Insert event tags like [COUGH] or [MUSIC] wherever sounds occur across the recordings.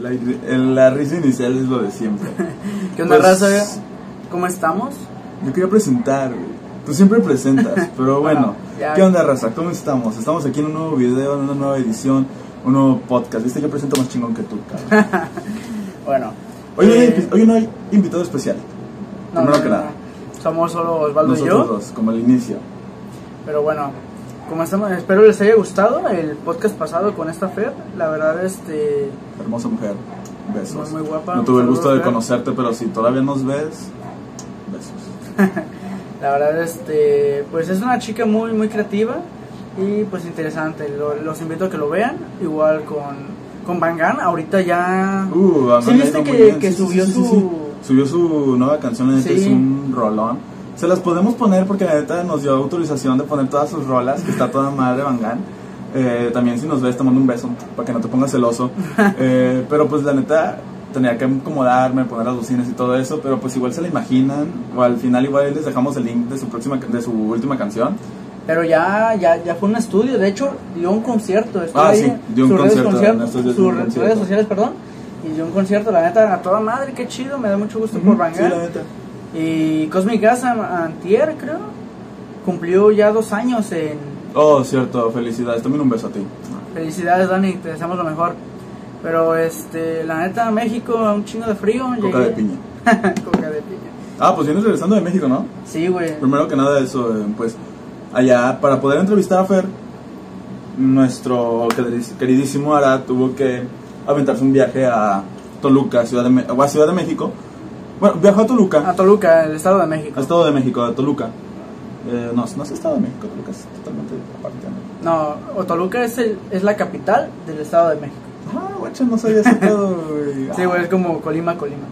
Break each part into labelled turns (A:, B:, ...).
A: La, el- la risa inicial es lo de siempre.
B: ¿Qué onda,
A: Pues,
B: raza? ¿Cómo estamos?
A: Yo quería presentar, güey. Tú siempre
B: [LAUGHS]
A: presentas, pero bueno.
B: Bueno, ya.
A: ¿Qué onda, raza? ¿Cómo estamos? Estamos aquí en un nuevo video, en una nueva edición, un nuevo podcast. Viste, yo presento más chingón que tú,
B: [LAUGHS]
A: cabrón.
B: Bueno.
A: Hoy, no hay,
B: eh,
A: invi- hoy no hay invitado especial.
B: no,
A: pues, primero
B: no,
A: que
B: no,
A: nada.
B: no. Somos solo Osvaldo y
A: Nosotros
B: yo.
A: dos, como al inicio.
B: Pero bueno, como estamos, espero les haya gustado el podcast pasado con esta Fer. La verdad, este.
A: Hermosa mujer. Besos.
B: Muy, muy guapa.
A: No tuve el gusto de
B: Saludos,
A: conocerte, pero si todavía nos ves, besos.
B: La verdad, este. Pues es una chica muy, muy creativa y pues interesante. Lo- los invito a que lo vean. Igual con. Con Bangan, ahorita ya.
A: Uh, a mí
B: ¿Sí
A: me ha
B: viste
A: ido muy
B: que-
A: bien.
B: que
A: Sí, sí,
B: subió
A: sí, sí,
B: su-
A: sí. Subió su nueva canción, la neta
B: Sí.
A: es un rolón. Se las podemos poner porque la neta nos dio autorización de poner todas sus rolas, que está toda madre Bangán. Eh, también si nos ves te mando un beso para que no te pongas
B: [LAUGHS]
A: celoso. Eh, pero pues la neta tenía que acomodarme, poner las bocinas y todo eso, pero pues igual se la imaginan, o al final igual les dejamos el link de su próxima de su última canción.
B: Pero ya, ya, ya fue un estudio, de hecho dio un concierto. estuve
A: Ah,
B: ahí
A: sí,
B: en
A: dio un
B: sus redes
A: concierto,
B: concier-
A: en estos días dio
B: sus
A: un
B: re-
A: concierto.
B: redes sociales, perdón. Y dio un concierto, la neta, a toda madre, qué chido, me da mucho gusto por
A: Sí, la
B: Bangar.
A: neta.
B: y Cosmic Gas a- Antier, creo, cumplió ya dos años en...
A: Oh, cierto, felicidades. También un beso a ti.
B: Felicidades, Dani, te deseamos lo mejor. Pero, este, la neta, México, un chingo de frío.
A: Coca de
B: llegué-
A: piña.
B: [LAUGHS] Coca de piña.
A: Ah, pues vienes regresando de México, ¿no?
B: Sí, güey.
A: Primero que nada eso, eh, pues allá para poder entrevistar a Fer, nuestro queridis- queridísimo Ara tuvo que aventarse un viaje a Toluca, Ciudad de, Me- o a Ciudad de México. Bueno, viajó a Toluca,
B: A Toluca, el Estado de México.
A: al Estado de México, a Toluca. Eh, no, no es Estado de México, Toluca es totalmente aparte. ¿no?
B: No, o Toluca es, el, es la capital del Estado de México.
A: Ah, guacho, no sabía ese pedo, güey. Ah,
B: Sí, güey, es como Colima, Colima.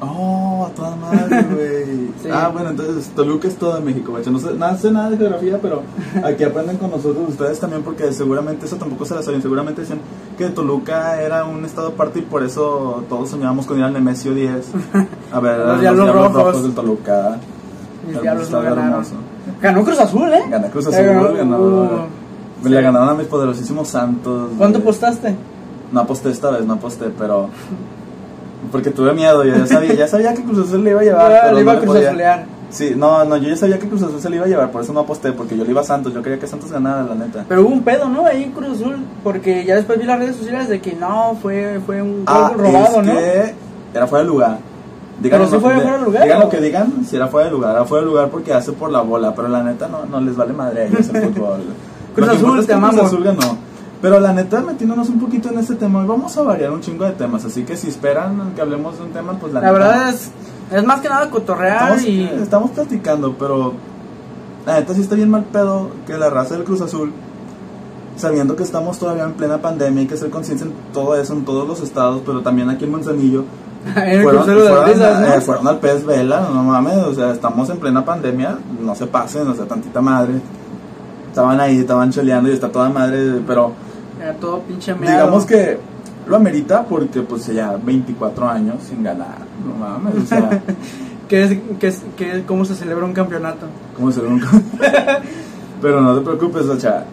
A: Oh, a toda
B: [LAUGHS]
A: madre, güey.
B: Sí.
A: Ah, bueno, entonces Toluca es todo de México, guacho. No sé, nada, sé nada de geografía, pero aquí aprenden con nosotros ustedes también, porque seguramente eso tampoco se la saben. Seguramente decían que Toluca era un estado aparte y por eso todos soñábamos con ir al Nemesio 10. A ver,
B: [LAUGHS] Los Diablos Rojos.
A: del Toluca.
B: Mis
A: Hermoso,
B: diablos no
A: estado
B: ganaron.
A: hermoso.
B: Ganó Cruz Azul, ¿eh?
A: Gana Cruz
B: Eh,
A: Azul,
B: ganó-
A: ganó.
B: uh,
A: Me Le
B: sí.
A: ganaron a mis poderosísimos Santos.
B: ¿Cuánto
A: güey.
B: postaste?
A: No aposté esta vez, no aposté, pero. Porque tuve miedo, yo ya sabía, ya sabía que Cruz Azul le iba a
B: [LAUGHS]
A: llevar.
B: Ah,
A: pero
B: le iba
A: no
B: a Cruz
A: podía.
B: Azulear.
A: Sí, no, no, yo ya sabía que Cruz Azul se le iba a llevar, por eso no aposté, porque yo le iba a Santos, yo quería que Santos ganara, la neta.
B: Pero hubo un pedo, ¿no? Ahí en Cruz Azul. Porque ya después vi las redes sociales de que no, fue, fue un gol robado,
A: Ah, es
B: ¿no?
A: que era fuera de lugar.
B: Pero sí fue fuera de lugar,
A: Digan
B: ¿no?
A: lo que digan, si era fuera de lugar, era fuera de lugar porque hace por la bola, pero la neta no, no les vale madre a ellos el fútbol.
B: [LAUGHS]
A: Lo
B: Cruz
A: que
B: Azul,
A: importa es
B: te
A: que Cruz
B: amamos.
A: Azul ganó. Pero la neta, metiéndonos un poquito en este tema, vamos a variar un chingo de temas, así que si esperan que hablemos de un tema, pues la,
B: La
A: neta,
B: verdad es, es más que nada cotorrear
A: Estamos,
B: [LAUGHS] y.
A: estamos platicando, pero la neta sí está bien mal pedo que la raza del Cruz Azul, sabiendo que estamos todavía en plena pandemia, hay que ser conscientes en todo eso, en todos los estados, pero también aquí en Manzanillo,
B: en el crucero de las
A: fueron
B: risas,
A: a-
B: ¿no?
A: eh, fueron al pez vela, no mames, o sea, estamos en plena pandemia, no se pasen, o sea, tantita madre. Estaban ahí, estaban choleando y está toda madre, pero
B: Era todo pinche meado.
A: digamos que lo amerita porque pues ya 24 años sin ganar, no mames, o sea,
B: [LAUGHS] ¿Qué es, qué es, qué es- ¿Cómo se celebra un campeonato?
A: ¿Cómo se ve un [LAUGHS] Pero no te preocupes, Sacha.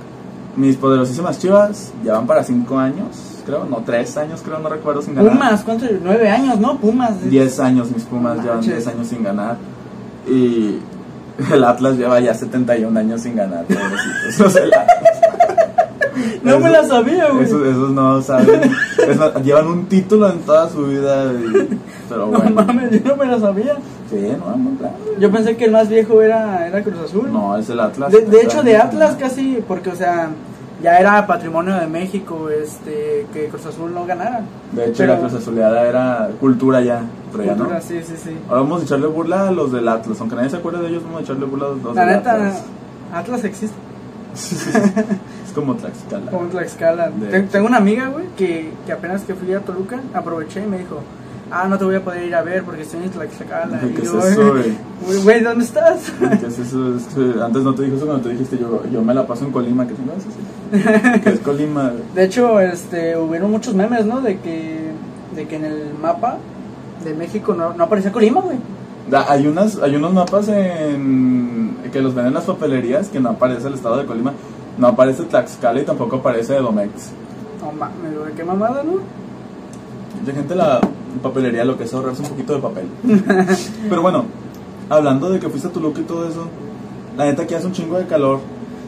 A: Mis poderosísimas chivas ya van para 5 años, creo, no, 3 años, creo, no recuerdo sin ganar.
B: Pumas, ¿cuánto? Nueve años, ¿no? Pumas.
A: 10 años, mis Pumas llevan
B: Manches.
A: 10 años sin ganar. Y [LAUGHS] el Atlas lleva ya 71 años sin ganar. pobrecitos. [LAUGHS] O sea, el Atlas-
B: [LAUGHS] No me la sabía, güey.
A: Esos, esos no saben. Es más, llevan un título en toda su vida. y- pero
B: [LAUGHS] No
A: bueno.
B: mames, yo no me la sabía.
A: Sí, no, no, claro.
B: Yo pensé que el más viejo era, era Cruz Azul.
A: No, es el Atlas.
B: De, de hecho, de
A: Está-
B: Atlas casi, porque, o sea, ya era patrimonio de México este, que Cruz Azul no ganara.
A: De hecho,
B: Pero-
A: la Cruz Azuleada era cultura ya. Pero ya no.
B: Cultura, sí, sí, sí.
A: Ahora vamos a echarle burla a los del Atlas. Aunque nadie se acuerde de ellos, vamos a echarle burla a los del
B: La neta,
A: Atlas.
B: Atlas existe
A: Es como Tlaxcala.
B: como en Tlaxcala.
A: De
B: Ten-
A: hecho.
B: Tengo una amiga, güey, que, que apenas que fui a Toluca, aproveché y me dijo, ah, no te voy a poder ir a ver porque estoy
A: [LAUGHS]
B: en Tlaxcala. Y
A: ¿Qué es
B: yo,
A: eso, güey?
B: güey, güey, ¿dónde estás?
A: ¿Qué es eso? Es que antes no te dijo eso cuando te dijiste yo, yo me la paso en Colima. ¿Qué chingados es eso? ¿Qué es Colima?
B: De hecho, este, hubieron muchos memes, ¿no? De que, de que en el mapa de México no, no aparecía Colima, güey.
A: Da- hay, unas, hay unos mapas en, que los ven en las papelerías que no aparece el estado de Colima. No aparece Tlaxcala y tampoco aparece Edomex.
B: No mames, güey, qué mamada, ¿no?
A: Yo mucha gente la papelería lo que es ahorrarse un poquito de papel. Pero bueno, hablando de que fuiste a Toluca y todo eso, la neta que hace un chingo de calor.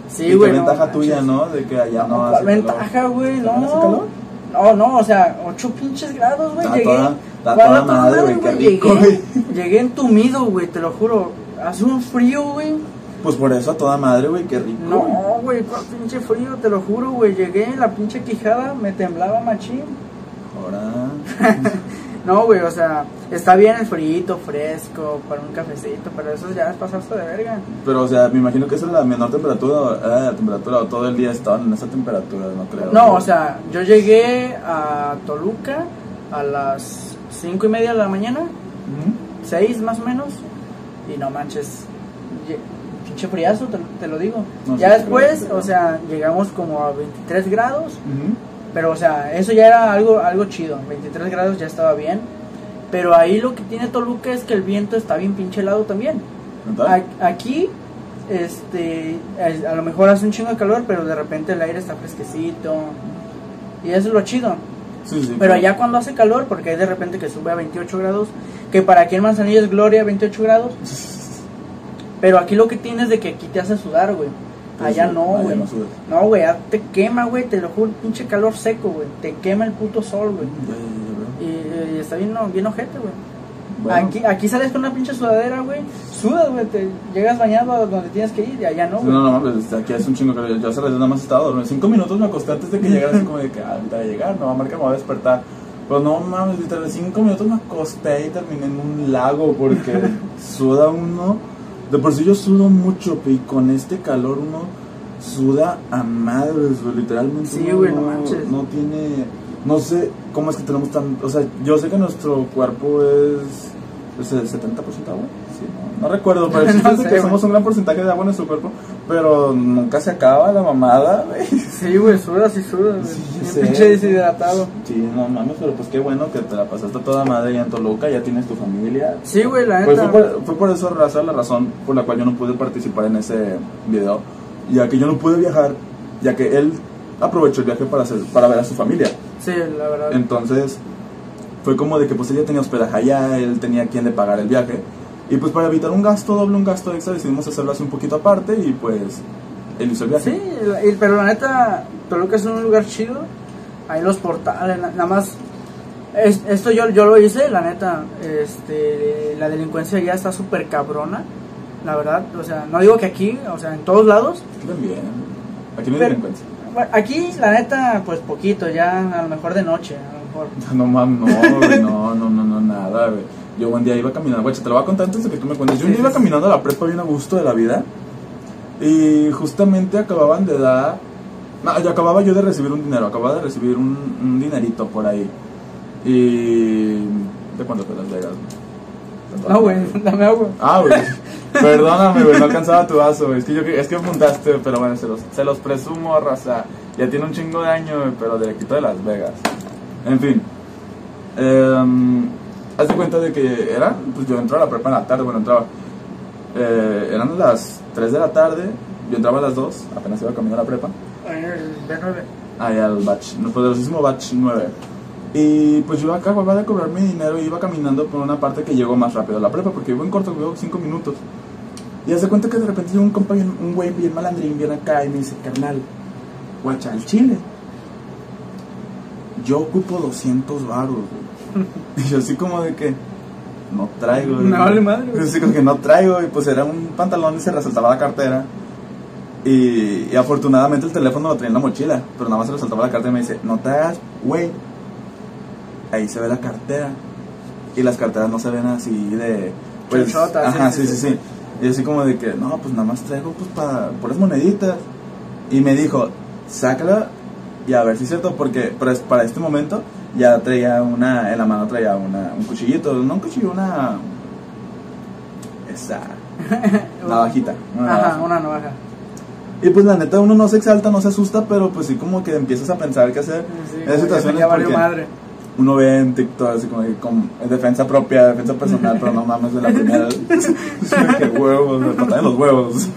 B: Sí, güey.
A: Qué
B: no
A: ventaja
B: manches.
A: tuya, ¿no? De que allá no
B: ¿Cuál
A: hace calor.
B: ventaja, güey? No.
A: ¿Hace calor?
B: No, no, o sea, 8 pinches grados, güey.
A: Está
B: Llegué.
A: toda- está
B: ¿Cuál
A: toda
B: otra
A: madre, güey, qué rico,
B: Llegué, llegué entumido, güey, te lo juro. Hace un frío, güey.
A: Pues por eso a toda madre, güey, qué rico.
B: No,
A: güey.
B: güey, cuál pinche frío, te lo juro, güey. Llegué, la pinche quijada me temblaba machín.
A: Ahora.
B: No, güey, o sea, está bien el frío, fresco, para un cafecito, pero eso ya es pasarse de verga.
A: Pero, o sea, me imagino que esa es la menor temperatura, era la temperatura, o todo el día estaban en esa temperatura, no creo.
B: No, o sea, yo llegué a Toluca a las cinco y media de la mañana,
A: Ujú.
B: 6 más o menos, y no manches, lle- pinche friazo, te, te lo digo.
A: No,
B: ya
A: sí,
B: después,
A: claro,
B: o sea, llegamos como a 23 grados,
A: Ujú.
B: pero o sea, eso ya era algo, algo chido, 23 grados ya estaba bien. Pero ahí lo que tiene Toluca es que el viento está bien pinche helado también.
A: ¿Verdad?
B: A- Aquí, este, es- a lo mejor hace un chingo de calor, pero de repente el aire está fresquecito. Y eso es lo chido.
A: Sí, sí.
B: Pero allá cuando hace calor, porque hay de repente que sube a 28 grados, que para aquí en Manzanillo es gloria
A: [LAUGHS]
B: 28 grados. Pero aquí lo que tienes de que aquí te hace sudar, güey.
A: Sí,
B: Allá
A: Pues sí,
B: no,
A: allá
B: güey.
A: no sudas.
B: No, güey, allá te quema, güey, te lo juro, pinche calor seco, güey. Te quema el puto sol, güey.
A: Ya, ya, ya veo.
B: Y, y está bien, no, bien ojete, güey.
A: Bueno,
B: Aquí, aquí sales con una pinche sudadera, güey. Sudas, güey. Te llegas bañado a donde tienes que ir y allá no, güey.
A: No, no, mames, aquí es un chingo que yo hace rato nada más estaba dormido. Cinco minutos me acosté antes de
B: [LAUGHS]
A: que llegara, así como de que, ah, ahorita va a llegar, no va a marcar, me va a despertar. Pues no mames, literal, cinco minutos me acosté y terminé en un lago porque
B: [LAUGHS]
A: suda uno. De por sí yo sudo mucho, pe, y con este calor uno suda a madres, güey, literalmente.
B: Sí,
A: uno
B: güey, no
A: no,
B: manches.
A: no tiene. No sé cómo es que tenemos tan. O sea, yo sé que nuestro cuerpo es. es Pues el 70% agua. Sí, no, no recuerdo,
B: [LAUGHS]
A: pero el chiste
B: No
A: es de
B: sé,
A: que
B: güey.
A: somos un gran porcentaje de agua en nuestro cuerpo, pero nunca se acaba la mamada, güey.
B: Sí, güey, sudas y sudas, güey.
A: [LAUGHS] Sí,
B: Bien
A: sé.
B: pinche deshidratado.
A: Sí, no mames, pero pues qué bueno que te la pasaste a toda madre ya en Toluca, ya tienes tu familia.
B: Sí, güey, la
A: Pues
B: neta.
A: fue por, fue por esa raza la razón por la cual yo no pude participar en ese video, ya que yo no pude viajar, ya que él aprovechó el viaje para, hacer, para ver a su familia.
B: Sí, la verdad.
A: Entonces, fue como de que pues ella tenía hospedaje allá, él tenía quien le pagar el viaje. Y pues para evitar un gasto doble, un gasto extra, decidimos hacerlo así un poquito aparte y pues él hizo el viaje.
B: Sí, la- y- pero la neta, Toluca es un lugar chido. Ahí los portales, na- nada más. es- esto yo, yo lo hice, la neta. Este, la delincuencia ya está súper cabrona. La verdad, o sea, no digo que aquí, o sea, en todos lados.
A: Aquí también. Aquí no hay
B: Pero-
A: delincuencia.
B: Bueno, Aquí, la neta, pues poquito, ya a lo mejor de noche, a lo mejor.
A: [LAUGHS] No mames, no, güey, no, no, no, no, nada, güey. Yo un día iba caminando, güey, te lo voy a contar antes de que tú me cuentes. Yo un
B: Sí,
A: día iba
B: sí, sí.
A: caminando a la prepa bien a gusto de la vida y justamente acababan de dar... No, yo acababa yo de recibir un dinero, acababa de recibir un, un dinerito por ahí. Y... ¿De cuánto te las llegas?
B: No, güey, dame agua.
A: Ah, güey. Perdóname, güey, no alcanzaba tu vaso, güey. Es que, yo, es que apuntaste, pero bueno, se los, se los presumo, raza. Ya tiene un chingo de año, güey, pero directito de Las Vegas. En fin. Eh, haz de cuenta de que era, pues yo entraba a la prepa en la tarde, bueno, entraba. Eh, eran las 3 de la tarde, yo entraba a las 2, apenas iba camino a la prepa. Ahí al batch, no, poderosísimo batch 9. Y pues yo acá acababa de cobrar mi dinero y iba caminando por una parte que llegó más rápido a la prepa, porque iba en corto, veo 5 minutos. Y hace cuenta que de repente llega un compa, bien- un güey bien malandrín, bien acá, y me dice, carnal, guacha al chile. Yo ocupo 200 baros,
B: [LAUGHS]
A: güey". Y yo así como de que, no traigo. güey".
B: Me vale madre, güey.
A: Así como que no traigo, y pues era un pantalón y se resaltaba la cartera. Y, y afortunadamente el teléfono lo traía en la mochila, pero nada más se le saltaba la cartera y me dice, no te hagas, güey. Ahí se ve la cartera. Y las carteras no se ven así de... pues,
B: Chochotas,
A: ajá, sí, sí, sí, Y así como de que, no, pues nada más traigo pues para puras moneditas. Y me dijo, sácala y a ver si es cierto, porque pero es- para este momento ya traía una, en la mano traía una, un cuchillito, no un cuchillo, una... Esa... Navajita. una navaja.
B: Ajá, una navaja.
A: Y pues la neta uno no se exalta, no se asusta, pero pues sí como que empiezas a pensar qué hacer.
B: Sí,
A: En
B: como que
A: situaciones
B: ya valió
A: porque
B: madre.
A: Uno ve en TikTok así como que con defensa propia, [LAUGHS] defensa personal, pero no mames de la primera. Es como que huevos, me faltan los huevos.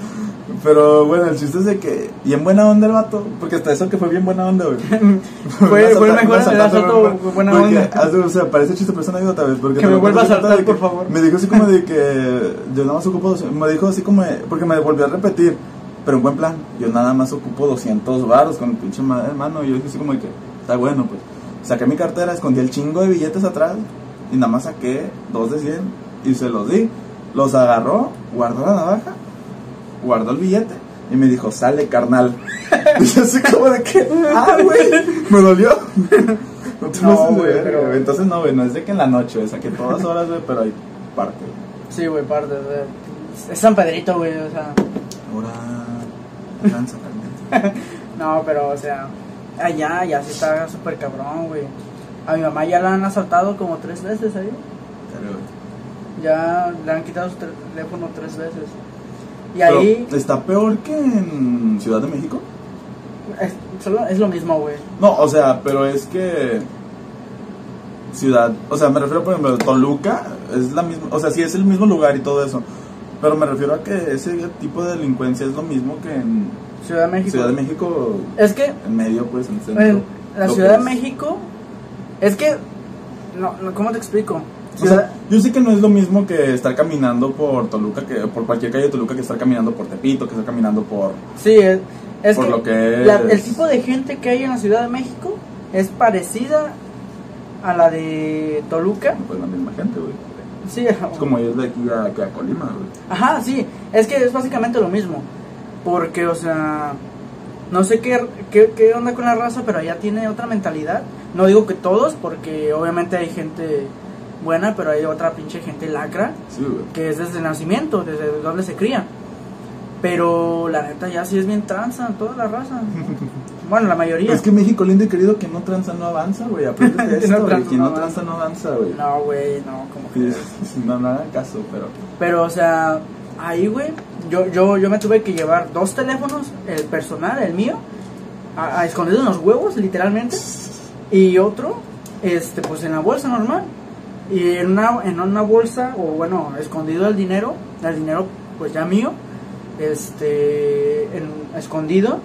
A: Pero bueno, el chiste es de que. Y en buena onda el vato. Porque hasta eso que fue bien buena onda, güey.
B: [LAUGHS] Fue,
A: Me
B: fue
A: asaltaron- me
B: el mejor el asalto
A: asaltaron,
B: buena
A: porque,
B: onda.
A: haz de- O sea, parece chiste, pero es una anécdota, güey, Porque
B: Que
A: te
B: me
A: lo
B: vuelva a
A: cuento
B: asaltar,
A: de que
B: por favor.
A: Me dijo así como de que. Yo nada más ocupo. 200, Me dijo así como. de- Porque me volvió a repetir. Pero en buen plan. Yo nada más ocupo 200 baros con el pinche madre, hermano. Y yo dije así como de que. Está bueno, pues. Saqué mi cartera, escondí el chingo de billetes atrás. Y nada más saqué dos de 100. Y se los di. Los agarró, guardó la navaja guardó el billete y me dijo, sale carnal. [LAUGHS] Y yo así como de que, ah, güey, me dolió. [LAUGHS] No, te
B: No,
A: pases de
B: güey,
A: verga,
B: pero-
A: güey. Entonces no, güey, no es de que en la noche, o sea, que todas horas, güey, pero hay parte.
B: Sí, güey, parte. o sea, es San Pedrito, güey, o sea.
A: Ahora, alcanza, carnal.
B: No, pero, o sea, allá, allá sí está súper cabrón, güey. A mi mamá ya la han asaltado como tres veces ahí.
A: Pero, güey.
B: Ya le han quitado su teléfono tres veces. Y
A: Pero,
B: ahí
A: ¿Está peor que en Ciudad de México?
B: es, solo, es lo mismo, güey.
A: No, o sea, pero es que ciudad, o sea, me refiero por ejemplo Toluca, es la misma, o sea, sí es el mismo lugar y todo eso, pero me refiero a que ese tipo de delincuencia es lo mismo que en
B: Ciudad de México.
A: Ciudad de México,
B: Es que
A: en medio, pues, en el centro.
B: en la
A: Lo que
B: Ciudad de
A: es.
B: México es que... No, no, ¿cómo te explico?
A: O sea,
B: Ciudad-
A: yo sé que no es lo mismo que estar caminando por Toluca, que por cualquier calle de Toluca, que estar caminando por Tepito, que estar caminando por...
B: sí, es, es
A: por
B: que,
A: lo que
B: la-
A: es.
B: el tipo de gente que hay en la Ciudad de México es parecida a la de Toluca.
A: Pues la misma gente, güey.
B: Sí,
A: Es como ir de aquí a, que a Colima, güey.
B: Ajá, sí, es que es básicamente lo mismo. Porque, o sea, no sé qué, qué, qué onda con la raza, pero allá tiene otra mentalidad. No digo que todos, porque obviamente hay gente buena, pero hay otra pinche gente lacra,
A: Sí, güey.
B: que es desde nacimiento, desde donde se cría. Pero la neta ya sí es bien tranza, toda
A: [LAUGHS]
B: la raza. Bueno, la mayoría.
A: Es que México lindo y querido, que no tranza no avanza, güey.
B: Que [LAUGHS]
A: Apréndete esto,
B: no
A: güey.
B: tranza
A: Que
B: no
A: no tranza no avanza, güey.
B: No, güey, no, como que...
A: Sí, sí, No, no hagan caso, pero...
B: Pero, o sea, ahí, güey, yo, yo, yo me tuve que llevar dos teléfonos, el personal, el mío, a, a escondido en los huevos, literalmente, y otro, este, pues en la bolsa normal. Y en una, en una bolsa, o bueno, escondido el dinero, el dinero, pues ya mío, este, en- escondido,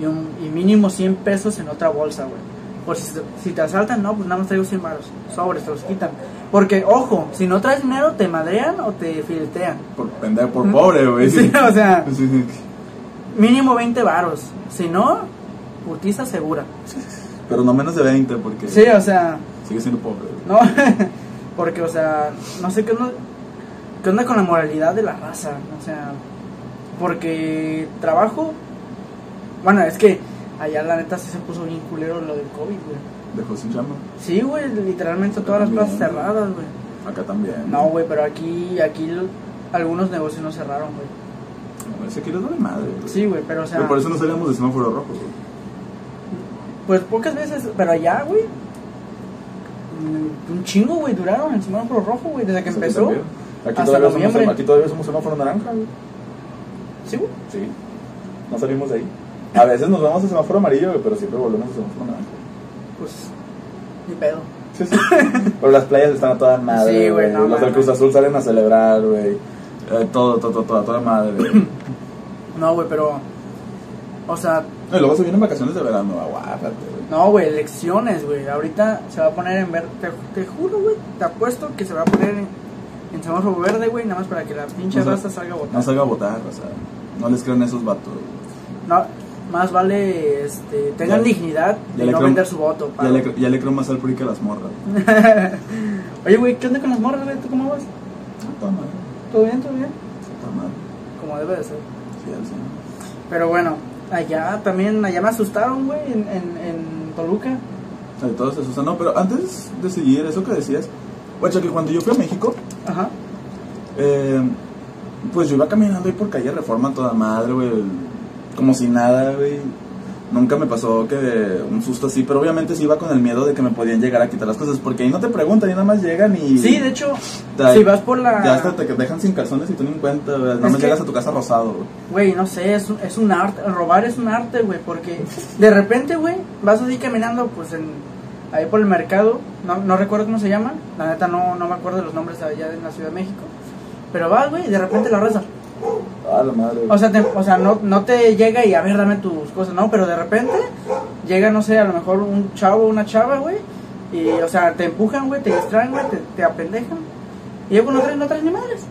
B: y, un, y mínimo 100 pesos en otra bolsa, güey. Por si, si te asaltan, no, pues nada más traigo 100 baros. Sobres, te los quitan. Porque, ojo, si no traes dinero, te madrean o te filetean.
A: Por pendejo, por pobre, güey.
B: Sí, [LAUGHS] o sea,
A: Sí, sí.
B: mínimo 20 varos. Si no, putiza segura.
A: Pero no menos de 20, porque
B: Sí, o sea,
A: sigue siendo pobre, güey.
B: no. [LAUGHS] Porque, o sea, no sé qué onda, qué onda con la moralidad de la raza. O sea, porque trabajo. Bueno, es que allá la neta sí se puso bien culero lo del COVID, güey.
A: Dejó sin chamba.
B: Sí, güey, literalmente todas las plazas
A: También.
B: cerradas, güey.
A: Acá también.
B: No, güey, pero aquí, aquí lo- algunos negocios no cerraron, güey.
A: No, Ese quiere darle madre, güey.
B: Sí, güey, pero o sea,
A: Pero por eso no salíamos de semáforo rojo, güey.
B: pues pocas veces, pero allá, güey, mm, un chingo, güey, duraron el semáforo rojo, güey, desde que
A: Aquí
B: empezó.
A: también. Aquí
B: hasta
A: todavía, somos,
B: noviembre.
A: sema- aquí todavía somos semáforo naranja, güey.
B: Sí, güey.
A: Sí. No salimos de ahí. A veces nos vamos a semáforo amarillo, güey, pero siempre volvemos a semáforo naranja.
B: Pues, ni pedo.
A: Sí,
B: [LAUGHS]
A: sí. Pero las playas están a toda madre.
B: Sí, güey, no
A: Los del
B: mames.
A: Cruz Azul salen a celebrar, güey. Eh, todo, todo, todo, a toda
B: [CLEARS THROAT]
A: madre. güey.
B: No, güey, pero, o sea,
A: No, y luego se vienen vacaciones de verano, aguárdate, güey.
B: no, güey, elecciones, güey. Ahorita se va a poner en verde, te, te juro, güey, te apuesto que se va a poner en, en semáforo verde, güey, nada más para que la pinche
A: O sea,
B: raza salga a votar.
A: No salga a votar, o sea, no les crean a esos vatos. güey.
B: No, más vale este, tengan
A: Ya-
B: dignidad
A: ya
B: y
A: le
B: no
A: creo-
B: vender su voto.
A: Ya
B: paro.
A: le, cre- ya le creo más al PRI que a las morras. güey.
B: Oye, güey, ¿qué onda con las morras, güey? ¿Tú cómo vas?
A: A toda madre,
B: ¿Todo bien, todo bien?
A: a toda madre.
B: Como debe de ser.
A: Sí, al cien.
B: Pero bueno, allá también, allá me asustaron, güey, en, en, en Toluca.
A: O sea, todo eso, o sea, no, pero antes de seguir eso que decías, guacha, que cuando yo fui a México,
B: Ajá.
A: Eh, pues yo iba caminando ahí por calle Reforma toda madre, güey. Como si nada, güey. Nunca me pasó que un susto así, pero obviamente sí iba con el miedo de que me podían llegar a quitar las cosas, porque ahí no te preguntan, ahí nada más llegan y...
B: Sí, de hecho,
A: te-
B: si vas por la...
A: Ya hasta te dejan sin calzones y tú ni en cuenta, güey. Nada
B: Es
A: más
B: que-
A: llegas a tu casa rosado, güey.
B: Güey, no sé, es un, es un arte, robar es un arte, güey, porque de repente, güey, vas así caminando, pues, en, ahí por el mercado, no, no recuerdo cómo se llama, la neta no, no me acuerdo de los nombres allá en la Ciudad de México, pero vas, güey, y de repente la raza,
A: A la madre.
B: O sea, te- o sea no, no te llega y a ver, dame tus cosas, ¿no? Pero de repente llega, no sé, a lo mejor un chavo o una chava, güey. Y, o sea, te empujan, güey, te distraen, güey, te, te apendejan. Y luego no traes, no traes ni madres.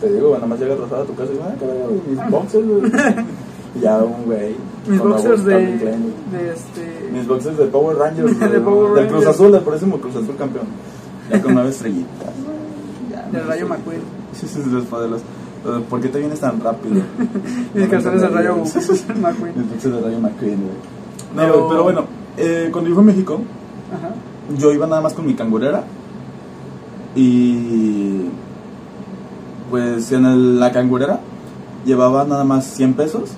A: Te digo, güey, nada más llega atrasado a tu casa y, ah, caray, güey, mis boxers, güey. [LAUGHS] Y ya un güey.
B: Mis
A: con la
B: boxers
A: voz
B: de,
A: Calvin Klein, güey.
B: de este...
A: Mis boxers de Power
B: [LAUGHS]
A: Rangers.
B: De
A: güey,
B: Power
A: Del Cruz
B: Rangers.
A: Azul, del próximo Cruz Azul campeón. Ya con nueve estrellitas. Ya,
B: Del
A: no
B: Rayo
A: sé.
B: McQueen.
A: Sí, sí, sí, los modelos. Eh, ¿Por qué te vienes tan
B: [LAUGHS]
A: rápido?
B: Mis calzones de Rayo
A: Sí, sí, sí.
B: McQueen.
A: Mis boxers de Rayo McQueen, güey. No,
B: Pero-
A: güey, pero bueno, eh, cuando yo fui a México,
B: Ajá.
A: yo iba nada más con mi cangurera y pues en el- la cangurera llevaba nada más 100 pesos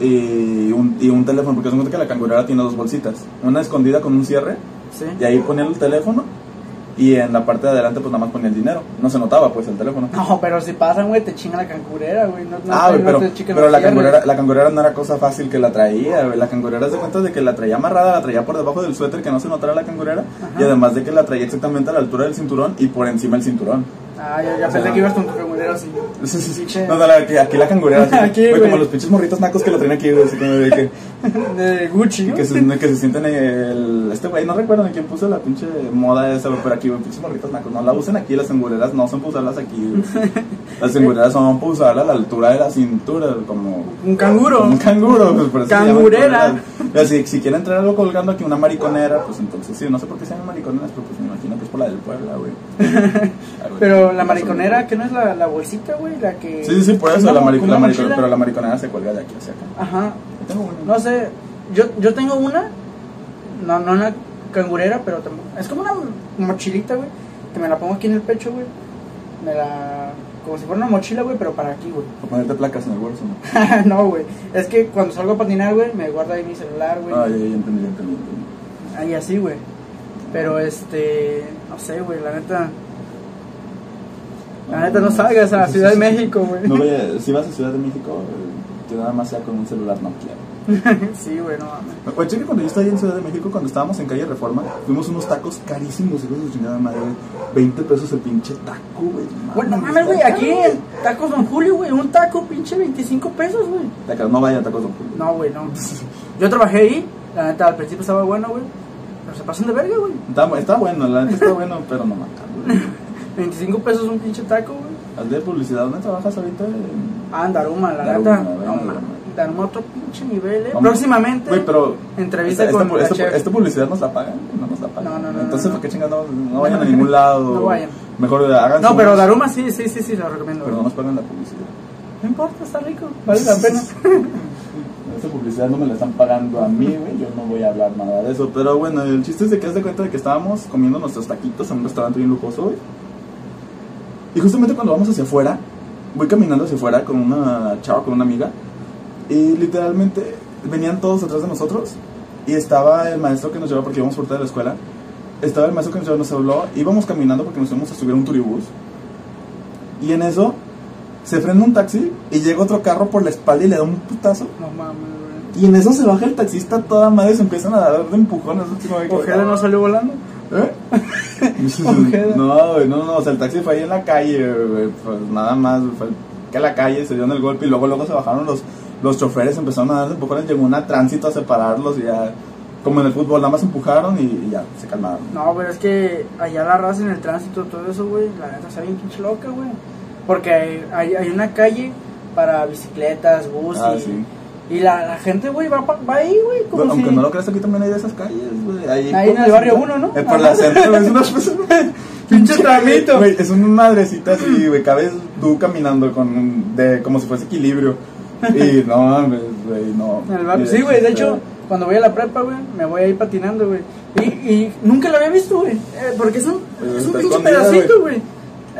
A: y un, y un teléfono, porque se cuenta que la cangurera tiene dos bolsitas, una escondida con un cierre
B: Sí.
A: y ahí ponían el teléfono y en la parte de adelante pues nada más ponía el dinero, no se notaba pues el teléfono.
B: No, pero si pasan, güey, te chinga la cangurera, güey. No, no,
A: Ah, güey,
B: no
A: pero,
B: te chingan
A: pero
B: los
A: la,
B: cierres.
A: cangurera, la cangurera no era cosa fácil que la traía, güey. La cangurera se cuenta de que la traía amarrada, la traía por debajo del suéter que no se notara la cangurera.
B: Ajá.
A: Y además de que la traía exactamente a la altura del cinturón y por encima del cinturón. [LAUGHS]
B: Ah, ya, ya pensé
A: Ajá.
B: que ibas con tu cangurera así.
A: Sí, sí, sí.
B: Pinche-
A: No, no, la- que- aquí la cangurera. así,
B: [LAUGHS] Aquí,
A: güey,
B: güey.
A: Como los pinches morritos nacos que la traen aquí, güey, así como de que,
B: De Gucci, ¿no?
A: que, se, que se sienten el. Este güey, no recuerdo de quién puso la pinche moda esa, güey, pero aquí, güey, pinches morritos nacos. No la usen aquí, las cangureras no son para usarlas aquí,
B: [LAUGHS]
A: güey. Las cangureras son para usarlas a la altura de la cintura, como.
B: Un canguro.
A: Un canguro, pues por eso se llaman
B: Cangurera.
A: cangureras. Pero si, si quieren traer algo colgando aquí, una mariconera, pues entonces sí, no sé por qué se llaman mariconeras, pero pues me imagino que es por la del Puebla, güey. Ah, güey.
B: [LAUGHS] Pero la mariconera, que no es la, la bolsita, güey, la que.
A: Sí, sí, sí, por eso,
B: Una-
A: la, mari-
B: con
A: la
B: una
A: marico-
B: mochila.
A: pero la mariconera se cuelga de aquí hacia acá.
B: Ajá.
A: Yo tengo una.
B: No sé. Yo, yo tengo una. No, no una cangurera, pero tampoco. Es como una mochilita, güey. Que me la pongo aquí en el pecho, güey. Me la. Como si fuera una mochila, güey, pero para aquí, güey. [LAUGHS]
A: Por ponerte placas en el bolso, ¿no?
B: no, güey. Es que cuando salgo a patinar, güey, me guarda ahí mi celular, güey.
A: Ah, ya, ya, ya entendí, ya entendí, entendí.
B: Ahí así, güey. Pero este. No sé, güey, la neta.
A: Ah,
B: La neta, no salgas a la Ciudad de México, güey.
A: No, güey, si vas a Ciudad de México, eh, que nada más sea con un celular Nokia.
B: [LAUGHS] sí, güey, no mames.
A: Me acuerdo que cuando yo estaba ahí en Ciudad de México, cuando estábamos en calle Reforma, fuimos unos tacos carísimos, hijos de su chingada madre. 20 pesos el pinche taco, güey.
B: Güey, no mames, güey, aquí en Tacos Don Julio, güey, un taco pinche 25 pesos, güey.
A: Tacos, no vaya a tacos Don Julio.
B: No, güey, no. [LAUGHS] Yo trabajé ahí, la neta, al principio estaba bueno, güey. Pero se pasan de verga, güey.
A: Está, bu- está bueno, la neta está bueno, pero no mames. güey.
B: 25 pesos un pinche taco, güey.
A: Hazle publicidad, ¿dónde trabajas ahorita? En-
B: Ah, en Daruma, la
A: Daruma,
B: neta.
A: Daruma,
B: No
A: Daruma.
B: mames. Daruma otro pinche nivel, eh.
A: Vamos.
B: Próximamente.
A: Güey, pero.
B: Entrevista
A: esta,
B: con
A: esta,
B: la
A: esta-
B: chef.
A: esta publicidad nos la pagan, no nos la pagan.
B: No, no, no,
A: Entonces,
B: no, no.
A: ¿por qué chingados no, no vayan a ningún lado?
B: No vayan.
A: Mejor hagan.
B: No,
A: su-
B: pero Daruma sí, sí, sí, sí, lo recomiendo.
A: Pero no
B: güey.
A: nos pagan la publicidad.
B: No importa, está rico, vale la pena.
A: [LAUGHS] Esta publicidad no me la están pagando a mí, güey. Yo no voy a hablar nada de eso. Pero bueno, el chiste es de que haz de cuenta de que estábamos comiendo nuestros taquitos en un restaurante bien lujoso, güey. Y justamente cuando vamos hacia afuera, voy caminando hacia afuera con una chava, con una amiga. Y literalmente venían todos atrás de nosotros. Y estaba el maestro que nos llevaba porque íbamos fuerte de la escuela. Estaba el maestro que nos llevaba, nos habló. Íbamos caminando porque nos íbamos a subir a un turibús. Y en eso se frena un taxi y llega otro carro por la espalda y le da un putazo.
B: No mames, güey.
A: Y en eso se baja el taxista toda madre y se empiezan a dar de empujones. así como de que-
B: Ojeda no salió volando.
A: [LAUGHS] ¿Eh?
B: Ojeda.
A: No, güey, no, no, o sea, el taxi fue ahí en la calle, güey, pues nada más, güey, fue que a la calle se dieron el golpe y luego luego se bajaron los, los choferes, empezaron a dar de empujones, llegó una tránsito a separarlos y ya, como en el fútbol, nada más empujaron y, y ya, se calmaron.
B: No, pero es que allá la raza en el tránsito, todo eso, güey, la neta está bien pinche loca, güey. Porque hay, hay, hay una calle para bicicletas, bus
A: Ah,
B: y,
A: sí.
B: y la, la gente, güey, va, pa- va ahí, güey, como
A: Bueno,
B: si...
A: aunque no lo creas, aquí también hay de esas calles, güey. Ahí,
B: Ahí en el barrio uno, ¿no?
A: Eh, por la centro, güey, es una
B: [LAUGHS] Pinche tramito.
A: Güey, es un madrecita así, güey, cabes tú caminando con un- de, como si fuese equilibrio.
B: [LAUGHS]
A: Y no, mames, güey, no. este,
B: en el barrio. Sí, güey, de hecho, cuando voy a la prepa, güey, me voy ahí patinando, güey. Y, y nunca lo había visto, güey, eh, porque es un,
A: Pero
B: es un
A: Pues está
B: pinche
A: escondida,
B: pedacito, güey.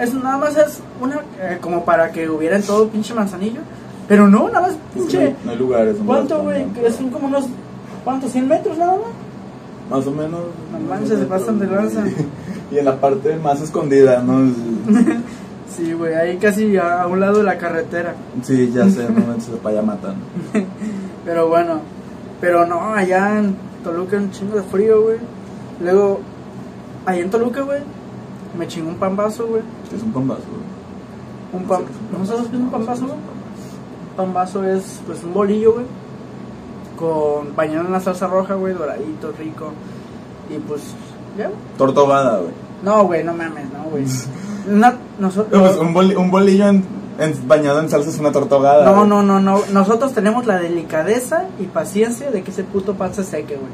B: Es nada más es una, eh, como para que hubiera en todo pinche manzanillo. Pero no, nada más
A: Es
B: pinche...
A: que pues, no, no hay lugares. no
B: ¿Cuánto,
A: hay
B: güey?
A: lugares.
B: Que Son como unos. ¿Cuántos? ¿100 metros nada más?
A: Más o menos.
B: No manches, se pasan de lanza.
A: [LAUGHS] Y en la parte más escondida,
B: [LAUGHS]
A: ¿no?
B: Sí, güey, ahí casi a, a un lado de la carretera.
A: Sí, ya sé, no manches, para allá matan.
B: Pero bueno, pero no, allá en Toluca un chingo de frío, güey. Luego, allá en Toluca, güey, me chingó un pambazo, güey.
A: Es un pombazo, güey.
B: Un pan. ¿No sabes qué es un pan vaso, güey? Pan vaso es pues un bolillo, güey. Con bañado en una salsa roja, güey, doradito, rico. Y pues, ya. güey.
A: Tortogada, güey.
B: No, güey, no mames, no, güey. Una- noso-
A: Eh, pues, un, boli- un bolillo en- en- bañado en salsa es una tortogada.
B: no,
A: güey.
B: no, no, no. Nosotros tenemos la delicadeza y paciencia de que ese puto pan se seque, güey.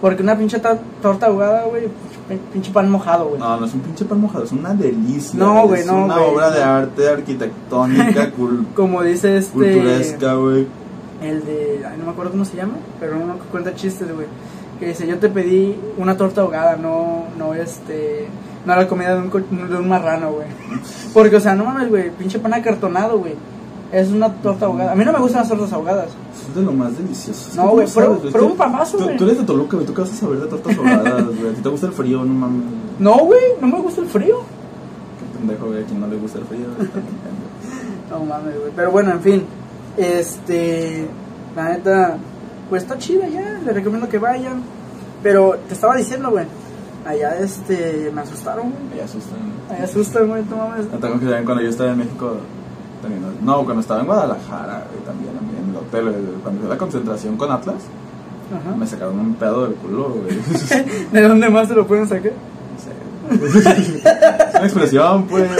B: Porque una pinche ta- torta ahogada, güey, pinche pan mojado, güey.
A: No, no es un pinche pan mojado, es una delicia.
B: No, güey,
A: es
B: no,
A: una
B: güey.
A: obra de arte
B: [LAUGHS]
A: arquitectónica, cul-
B: Como dice este.
A: culturesca, güey.
B: El de. Ay, no me acuerdo cómo se llama, pero uno que cuenta chistes, güey. Que dice: Yo te pedí una torta ahogada, no, no, este. No la comida de un, co- de un marrano, güey. Porque, o sea, no mames, güey, pinche pan acartonado, güey. Es una torta ahogada. A mí no me gustan las tortas ahogadas.
A: Es de lo más delicioso. Es
B: No,
A: que tú
B: güey,
A: sabes,
B: prueba-
A: güey.
B: prueba
A: Tú-
B: un pamazo,
A: tú-
B: güey.
A: Tú eres de Toluca, güey, tú qué vas a saber de tortas ahogadas, güey. A ti te gusta el frío, no mames.
B: No, güey, no me gusta el frío.
A: Qué pendejo, güey, a quien no le gusta el frío. güey, está bien, güey.
B: No mames, güey. Pero bueno, en fin. Este. La neta. Pues está chida ya. Le recomiendo que vayan. Pero te estaba diciendo, güey. Allá, este. Me asustaron, güey.
A: Me asustan.
B: Allá asustan, güey. No mames.
A: Me tengo que también cuando yo estaba en México. También, no, cuando estaba en Guadalajara, güey, también, también, en el hotel, güey, cuando hice la concentración con Atlas,
B: Ajá.
A: Ah,
B: [LAUGHS]
A: me sacaron un pedo del culo, güey. [LAUGHS] No sé,
B: ¿De dónde más te lo pueden sacar?
A: güey. Es una expresión, pues.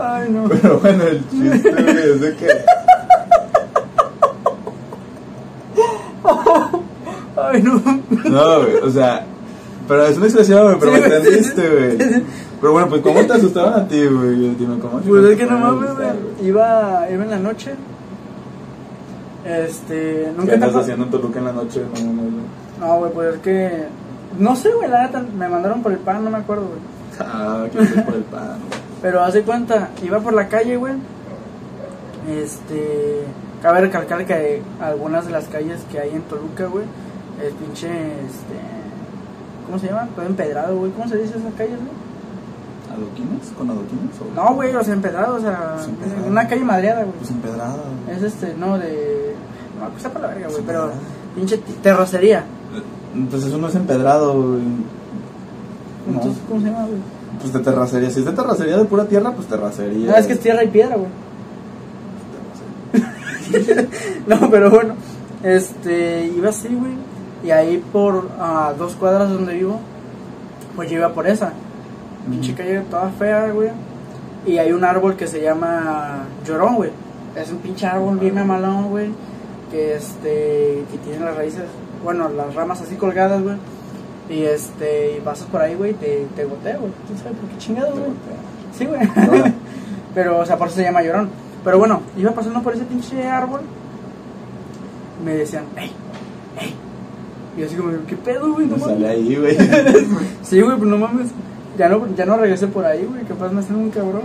B: Ay, no.
A: Pero bueno, el chiste güey, es de que.
B: Ay, no. [LAUGHS]
A: No, güey, o sea. Pero es una expresión, güey, pero
B: Sí,
A: me
B: güey,
A: entendiste,
B: sí, sí,
A: güey.
B: sí.
A: Pero bueno, pues, ¿cómo te asustaban a ti, güey? Dime, ¿cómo?
B: Pues es que
A: te
B: no mames,
A: asustaban,
B: güey. Iba, iba en la noche. Este.
A: ¿Qué
B: Nunca te
A: andas
B: ha pas-
A: haciendo en Toluca en la noche? No, no, no.
B: No, güey, pues es que. No sé, güey, la neta. Me mandaron por el pan, no me acuerdo, güey.
A: Ah, que hacer por el pan, güey.
B: Pero hace cuenta, iba por la calle, güey. Este. Cabe recalcar que algunas de las calles que hay en Toluca, güey, es pinche. Este, ¿Cómo se llama? Todo empedrado, güey. ¿Cómo se dice esas calles, güey?
A: ¿Adoquines? ¿Con adoquines? o-
B: No, güey, o sea, empedrado, o sea,
A: Es empedrado.
B: una calle madreada, güey.
A: Pues empedrada. güey.
B: Es este, no, de. No, pues está para la verga, güey,
A: Es
B: pero.
A: empedrado.
B: Pinche t- terracería.
A: Pues eso no es empedrado, güey. No.
B: Entonces, ¿cómo se llama, güey?
A: Pues de terracería. Si es de terracería de pura tierra, pues terracería.
B: No, Ah, es que es tierra y piedra, güey. [LAUGHS] No, pero bueno, este, iba así, güey. Y ahí por a dos cuadras donde vivo, pues yo iba por esa. Pinche calle toda fea, güey. Y hay un árbol que se llama Llorón, güey. Es un pinche árbol bien mamalón, güey. Que este, que tiene las raíces, bueno, las ramas así colgadas, güey. Y este, y pasas por ahí, güey, y te, te gotea, güey. ¿Quién sabe por qué chingado, güey? Sí, güey. [LAUGHS]
A: Llora.
B: Pero, o sea, por eso se llama llorón. Pero bueno, iba pasando por ese pinche árbol. Me decían, ¡ey! ¡ey! Y yo así como, ¿qué pedo, güey? No
A: Me sale
B: mames.
A: ahí, güey. [LAUGHS]
B: Sí, güey, pues no mames. Ya no, ya no regresé por ahí, güey. Capaz me hacen un cabrón.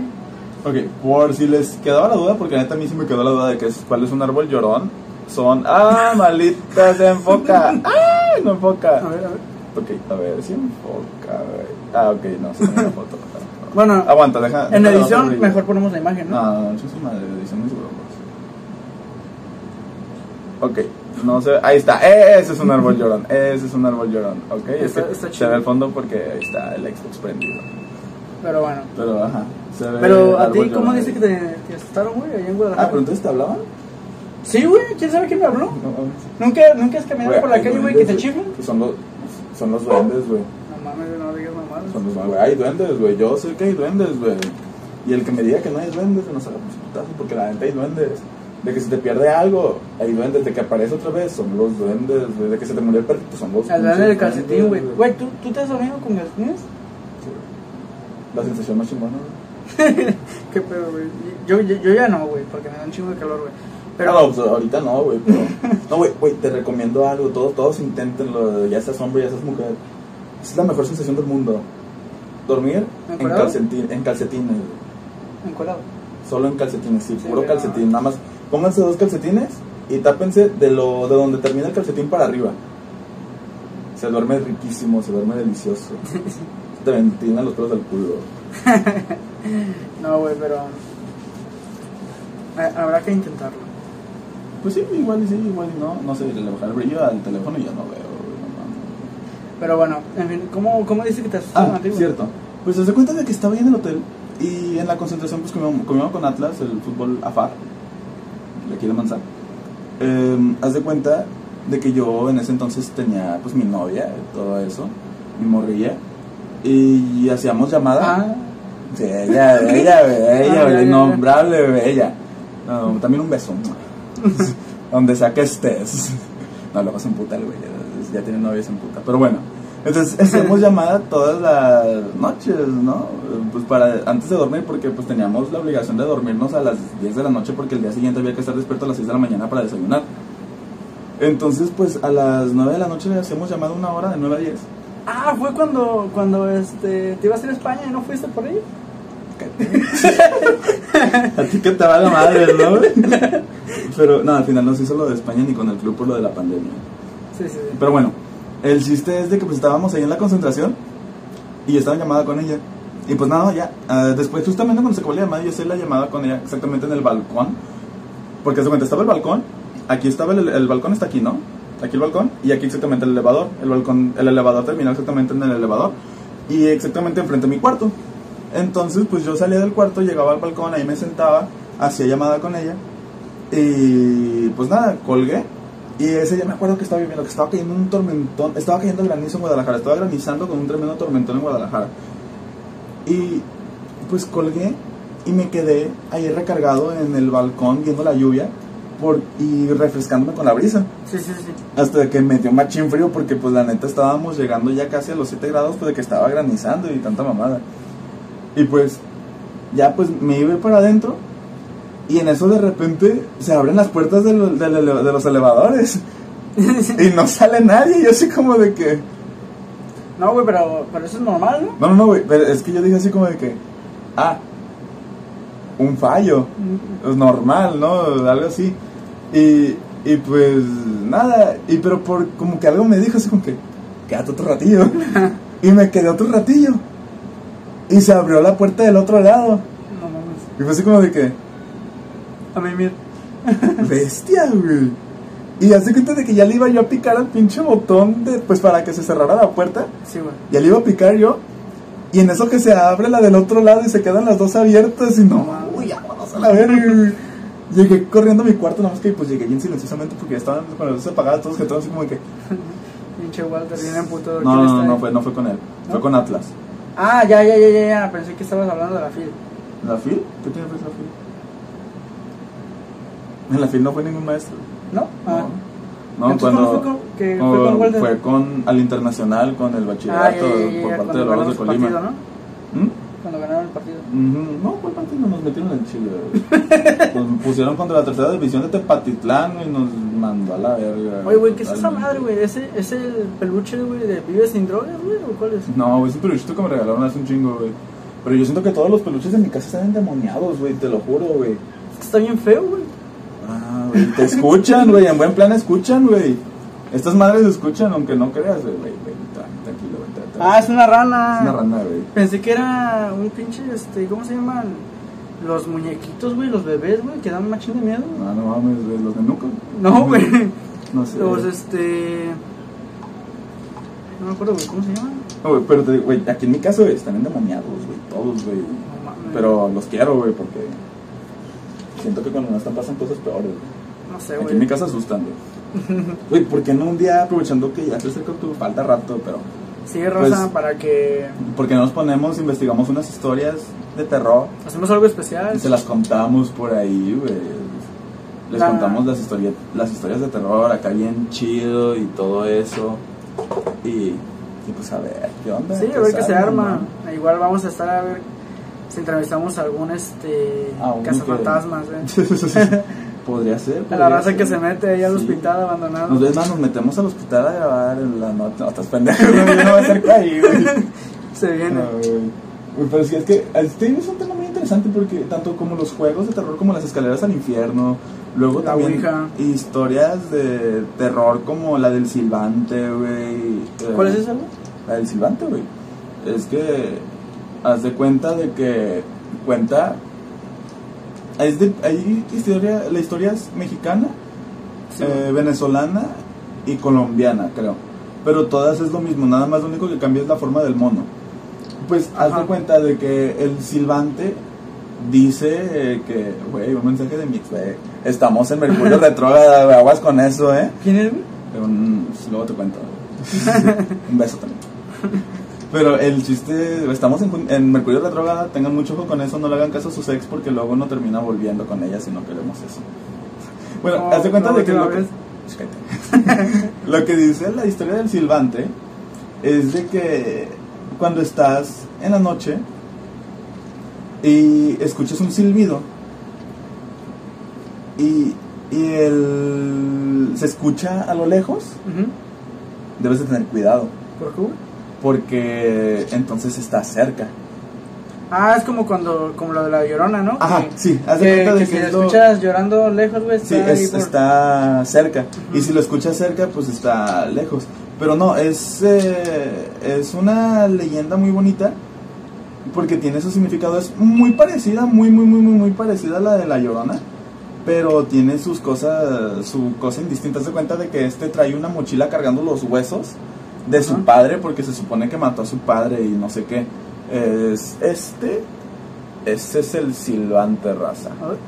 A: Ok, por si les quedaba la duda, porque la neta a mí sí me quedó la duda de que es, cuál es un árbol llorón. Son. ¡Ah, malita! ¡Se enfoca! ¡Ah! No enfoca.
B: A ver, a ver.
A: Ok, a ver, sí enfoca, güey. Ah, ok, no, se me dio una foto.
B: Bueno,
A: Aguanta, deja. deja
B: en
A: la otra
B: edición
A: orilla.
B: mejor ponemos la imagen, ¿no?
A: No, eso es una edición muy seguro. Ok, no sé. Ahí está. e-, Ese es un árbol
B: [LAUGHS]
A: llorón. Ese es un árbol llorón. Ok, es
B: Está-
A: que
B: está
A: se
B: chido.
A: ve al fondo porque ahí está el Xbox prendido.
B: Pero bueno.
A: Pero ajá. Se ve
B: Pero a
A: Eh, árbol
B: ti, ¿cómo
A: llorón
B: dice
A: ahí.
B: que te, te asustaron, güey? Allá en
A: Ah, pero
B: Guadalajara.
A: entonces te hablaban.
B: Sí, güey, ¿quién sabe quién me habló?
A: No, mames.
B: ¿Nunca, nunca has caminado
A: Güey,
B: por la
A: hay
B: calle, güey, que
A: duendes,
B: te chiflen?
A: que Son los, son los duendes, güey.
B: No mames, no digas mamadas.
A: Son los güey, Hay duendes, güey. Yo sé que hay duendes, güey. Y el que me diga que no hay duendes, nos hagamos putazos porque la gente hay duendes. De que si te pierde algo, hay duendes. De que aparece otra vez, son los duendes, güey. De que se te murió el perrito, son los
B: Al darle el
A: pinches
B: calcetín, güey.
A: duendes,
B: Güey, ¿tú, ¿tú te has dormido con calcetines?
A: Sí, güey. La sensación más chingona, güey.
B: Qué pedo, güey. Yo, yo, yo ya no, güey, porque me da un chingo de calor, güey. Pero,
A: No, pues, ahorita no, güey. pero- No, güey, güey, te recomiendo algo. Todos, todos inténtenlo. Ya seas hombre, ya seas mujer. Es la mejor sensación del mundo. Dormir en,
B: ¿Encuerado?
A: calcetín- en calcetines, güey.
B: encuadrado.
A: Solo en calcetines, sí,
B: Sí,
A: puro
B: pero-
A: calcetín. Nada más pónganse dos calcetines y tápense de, lo, de donde termina el calcetín para arriba. Se duerme riquísimo, se duerme [LAUGHS] delicioso. Te ventilan los pelos del culo.
B: No, güey, pero. um, ha- habrá que intentarlo.
A: Pues sí, igual y sí, igual y no. No sé, le bajar el brillo al teléfono y ya no veo. güey, no mames.
B: Pero bueno, en fin, ¿cómo, cómo dice que te
A: Ah,
B: asustaron a ti, güey?
A: cierto. Pues se da cuenta de que estaba ahí en el hotel Y en la concentración, pues comimos, comimos con Atlas, el fútbol afar, de aquí de Manzana. Eh, haz de cuenta de que yo en ese entonces tenía pues mi novia, todo eso, mi morrilla, y hacíamos llamada.
B: Ah,
A: Sí, ella, ella,
B: Ah,
A: ella,
B: ya, ya,
A: bella,
B: ya.
A: innombrable, bella. No, también un beso. Donde sea que estés. No, luego se emputa el güey, ya- ya tiene novia, se emputa. Pero bueno, entonces hacíamos llamada todas las noches, ¿no? Eh, Pues para, antes de dormir, porque pues teníamos la obligación de dormirnos a las 10 de la noche, porque el día siguiente había que estar despierto a las 6 de la mañana para desayunar. Entonces, pues a las 9 de la noche le hacíamos llamada una hora, de 9 a 10.
B: ah, fue cuando, cuando este, te ibas a ir a España y no fuiste por ahí.
A: [LAUGHS] A ti que te va la madre, ¿no? Pero no, al final no se hizo lo de España ni con el club por lo de la pandemia.
B: Sí, sí, sí.
A: Pero bueno, el chiste es de que pues estábamos ahí en la concentración y yo estaba en llamada con ella. Y pues nada, ya. ah, después, justamente cuando se acabó la llamada, yo hice la llamada con ella exactamente en el balcón. Porque se cuenta, estaba el balcón, aquí estaba el, el balcón, está aquí, ¿no? Aquí el balcón y aquí exactamente el elevador. El, balcón, el elevador terminó exactamente en el elevador y exactamente enfrente de mi cuarto. Entonces, pues yo salía del cuarto, llegaba al balcón, ahí me sentaba, hacía llamada con ella y pues nada, colgué. Y ese día me acuerdo que estaba viviendo, que estaba cayendo un tormentón, estaba cayendo granizo en Guadalajara, estaba granizando con un tremendo tormentón en Guadalajara. Y pues colgué y me quedé ahí recargado en el balcón viendo la lluvia por, y refrescándome con la brisa.
B: Sí, sí, sí.
A: Hasta que me dio machín frío porque pues la neta estábamos llegando ya casi a los 7 grados pues de que estaba granizando y tanta mamada. Y pues ya pues me iba para adentro y en eso de repente se abren las puertas de, lo- de lo- de los elevadores y no sale nadie. Yo así como de que...
B: [LAUGHS] No, güey, pero, pero eso es normal, ¿no?
A: No, no, no, güey. pero Es que yo dije así como de que... Ah, un fallo. es normal, ¿no? Algo así. Y, y pues nada, y pero por como que algo me dijo así como que, quédate otro ratillo. y me quedé otro ratillo. Y se abrió la puerta del otro lado.
B: No mames.
A: Y fue así como de que,
B: A mí, mira.
A: bestia, güey. Y así cuenta de que ya le iba yo a picar al pinche botón de, pues para que se cerrara la puerta.
B: Sí, güey.
A: Ya le iba a picar yo. Y en eso que se abre la del otro lado y se quedan las dos abiertas y no, uy, vámonos a la verga. güey. Llegué corriendo a mi cuarto, nada más que pues llegué bien silenciosamente porque ya estaban con las luces apagadas, todos que todos así como que...
B: Pinche Walter, viene puto.
A: No,
B: ¿quién
A: no,
B: está
A: no, no
B: ahí?
A: fue, no fue con él, fue
B: ¿No?
A: con Atlas.
B: Ah, ya, ya, ya, ya, ya. Pensé que estabas hablando de la fila.
A: ¿La FIL? ¿Qué tiene que ver la FIL? En la FIL no fue ningún maestro.
B: ¿No? Ah.
A: No,
B: Entonces,
A: cuando... Oh,
B: ¿cuándo fue con- que fue con Walter?
A: fue con- al internacional, con el
B: Ah,
A: bachillerato
B: ya, ya, ya,
A: por
B: ya,
A: parte de
B: cuando
A: los
B: ganaron
A: de
B: el
A: Colima.
B: partido, ¿no?
A: ¿Mm?
B: Cuando ganaron el partido.
A: Ujú, No, ¿cuál partido nos metieron en Chile? Nos pusieron contra la tercera división de Tepatitlán y nos mandó a la verga.
B: Oye, güey, ¿qué es esa
A: totalmente.
B: madre, güey? ¿Ese es el peluche, güey, de Vive sin drogas, güey? ¿O cuál es?
A: No, güey, es un peluchito que me regalaron hace un chingo, güey. Pero yo siento que todos los peluches de mi casa están endemoniados, güey, te lo juro, güey.
B: Es que está bien feo, güey.
A: Ah, güey, te escuchan, güey, en buen plan escuchan, güey. Estas madres escuchan, aunque no creas, güey, güey, güey, tra- tranquilo, güey. tra- tra-
B: Ah, es una rana.
A: Es una rana, güey.
B: Pensé que era un pinche, este, ¿cómo se llaman? Los muñequitos, güey, los bebés, güey, que dan machín de miedo.
A: Ah, No, no mames, güey, los nenucos.
B: No, güey.
A: No sé.
B: Los, este... No me acuerdo, güey, ¿cómo se llaman?
A: No, güey, pero te digo, güey, aquí en mi casa, güey, están endemoniados, güey, todos, güey.
B: No mames.
A: Pero los quiero, güey, porque siento que cuando no están pasan cosas peores. güey.
B: No sé,
A: Aquí en mi
B: güey.
A: casa asustan, güey.
B: [LAUGHS]
A: Güey, ¿por qué no un día aprovechando que ya se acerca tu falta rato, pero
B: Sí, Rosa,
A: Pues-
B: para que...
A: porque no nos ponemos, investigamos unas historias de terror
B: Hacemos algo
A: y
B: especial.
A: se las contamos por ahí, güey. Les
B: La-
A: contamos las, historias las historias de terror acá bien chido y todo eso. Y, y pues a ver, ¿qué onda?
B: Sí, a ver qué se
A: sale,
B: arma.
A: ¿no?
B: Igual vamos a estar a ver si entrevistamos a algún, este...
A: A un
B: cazafantasmas, güey.
A: [LAUGHS] Podría ser.
B: A
A: podría
B: la raza
A: ser.
B: que se mete ahí al
A: Sí.
B: hospital abandonado.
A: Nos ves, más, nos metemos al hospital a grabar en la noche. No, estás pendejo,
B: [LAUGHS]
A: güey, yo no voy a hacer que ahí, güey.
B: Se viene.
A: No, güey. Güey, Pero sí, es que este es un tema muy interesante porque tanto como los juegos de terror como las escaleras al infierno, luego
B: La
A: también
B: Ouija.
A: historias de terror como la del silbante, güey. Eh,
B: ¿Cuál es esa, güey?
A: La del silbante, güey. Es que haz de cuenta de que cuenta... Es de, hay historia, la historia es mexicana
B: Sí, güey.
A: eh, venezolana y colombiana, creo. Pero todas es lo mismo, nada más lo único que cambia es la forma del mono. pues haz
B: Ajá.
A: de cuenta de que el silbante dice eh, que, güey, un mensaje de mi güey, estamos en
B: [LAUGHS]
A: Mercurio retrógrado, güey, aguas con eso, ¿eh?
B: ¿Quién es? güey?
A: Un- mm, luego te cuento. [LAUGHS] un beso también. Pero el chiste, estamos en, jun- en Mercurio retrógrado, tengan mucho ojo con eso, no le hagan caso a sus ex porque luego no termina volviendo con ella si no queremos eso. Bueno,
B: No,
A: haz de cuenta
B: la
A: de que...
B: última
A: lo que-
B: vez.
A: Cállate. [LAUGHS] lo que dice la historia del silbante es de que cuando estás en la noche y escuchas un silbido y, y el- se escucha a lo lejos,
B: Ujú.
A: debes de tener cuidado
B: ¿Por qué, güey?
A: porque entonces está cerca.
B: Ah, es como cuando, como lo de la llorona, ¿no?
A: Ajá,
B: Que-
A: sí, haz de
B: que-
A: cuenta de
B: que
A: que
B: si la
A: es lo-
B: escuchas llorando lejos, güey,
A: Sí,
B: está ahí
A: es-
B: por-
A: está cerca. Y
B: Ujú.
A: si lo escuchas cerca, pues está lejos. Pero no, es, eh, es una leyenda muy bonita porque tiene su significado. Es muy parecida, muy, muy, muy, muy, muy parecida a la de La Llorona. Pero tiene sus cosas, su cosa indistinta. Se cuenta de que este trae una mochila cargando los huesos de su
B: Ajá.
A: padre porque se supone que mató a su padre y no sé qué. Es este. Este es el silbante raza.
B: A ver.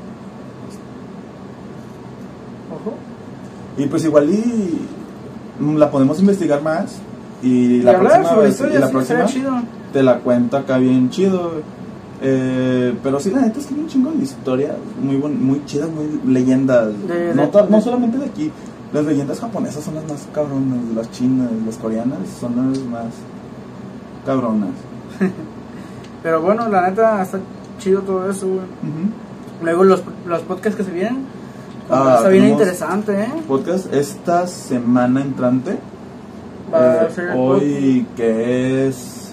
B: Ojo.
A: Y pues igual y mm, la podemos investigar más y la
B: Y hablar
A: próxima,
B: sobre
A: vez- y
B: historias,
A: la
B: sí, estaría
A: próxima
B: chido.
A: te la cuento acá bien chido. Eh, pero sí, la neta es que hay un chingo de historias muy, bon- muy chidas, muy leyendas.
B: De-
A: no,
B: de-
A: to- no
B: de-
A: solamente de aquí. Las leyendas japonesas son las más cabronas, las chinas, las coreanas son las más cabronas.
B: Pero bueno, la neta, está chido todo eso, güey.
A: Ujú.
B: Luego los, los podcasts que se vienen.
A: Ah,
B: está bien
A: tenemos-
B: interesante, ¿eh?
A: Podcast esta semana entrante.
B: Va
A: Eh,
B: a ser el
A: hoy que es